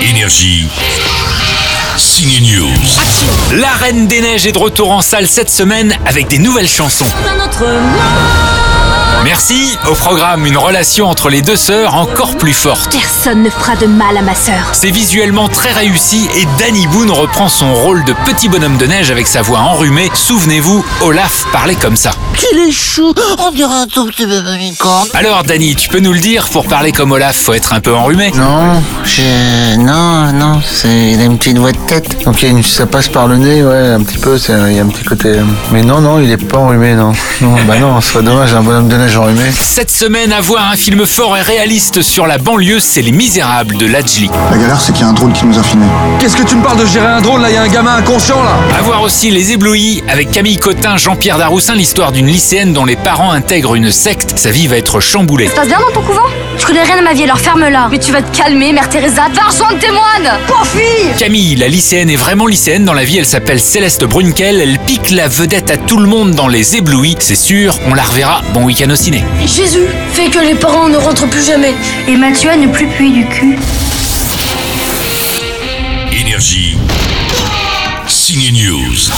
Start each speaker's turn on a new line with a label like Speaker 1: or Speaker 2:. Speaker 1: Énergie. Signe News.
Speaker 2: La Reine des Neiges est de retour en salle cette semaine avec des nouvelles chansons.
Speaker 3: Un autre monde.
Speaker 2: Merci. Au programme, une relation entre les deux sœurs encore plus forte.
Speaker 3: Personne ne fera de mal à ma sœur.
Speaker 2: C'est visuellement très réussi et Danny Boone reprend son rôle de petit bonhomme de neige avec sa voix enrhumée. Souvenez-vous, Olaf parlait comme ça.
Speaker 4: Qu'il est chou On dirait un tout petit bébé unicorne.
Speaker 2: Alors Danny, tu peux nous le dire, pour parler comme Olaf, faut être un peu enrhumé.
Speaker 4: Non, je... Non, non, c'est... Il a une petite voix de tête.
Speaker 5: Donc il y a une- ça passe par le nez, ouais, un petit peu, c'est- il y a un petit côté. Mais non, non, il est pas enrhumé, non. Non, bah non, ce serait dommage, un bonhomme de neige enrhumé.
Speaker 2: Cette semaine, à voir un film fort et réaliste sur la banlieue, c'est Les Misérables de Lajli.
Speaker 6: La galère, c'est qu'il y a un drôle qui nous a filmé.
Speaker 7: Qu'est-ce que tu me parles de gérer un drone là Y'a un gamin inconscient là
Speaker 2: À voir aussi Les Éblouis avec Camille Cotin, Jean-Pierre Daroussin, l'histoire d'une lycéenne dont les parents intègrent une secte. Sa vie va être chamboulée.
Speaker 8: passe bien dans ton couvent Je connais rien à ma vie, alors ferme-la. Mais tu vas te calmer, Mère Teresa, va rejoindre tes moines Pauvre fille
Speaker 2: Camille, la lycéenne, est vraiment lycéenne dans la vie. Elle s'appelle Céleste Brunkel. Elle pique la vedette à tout le monde dans Les Éblouis. C'est sûr, on la reverra. Bon week-end au ciné.
Speaker 8: Jésus fait que les parents ne rentrent plus jamais. Et Mathieu ne plus puer du cul.
Speaker 1: Énergie. Signe News.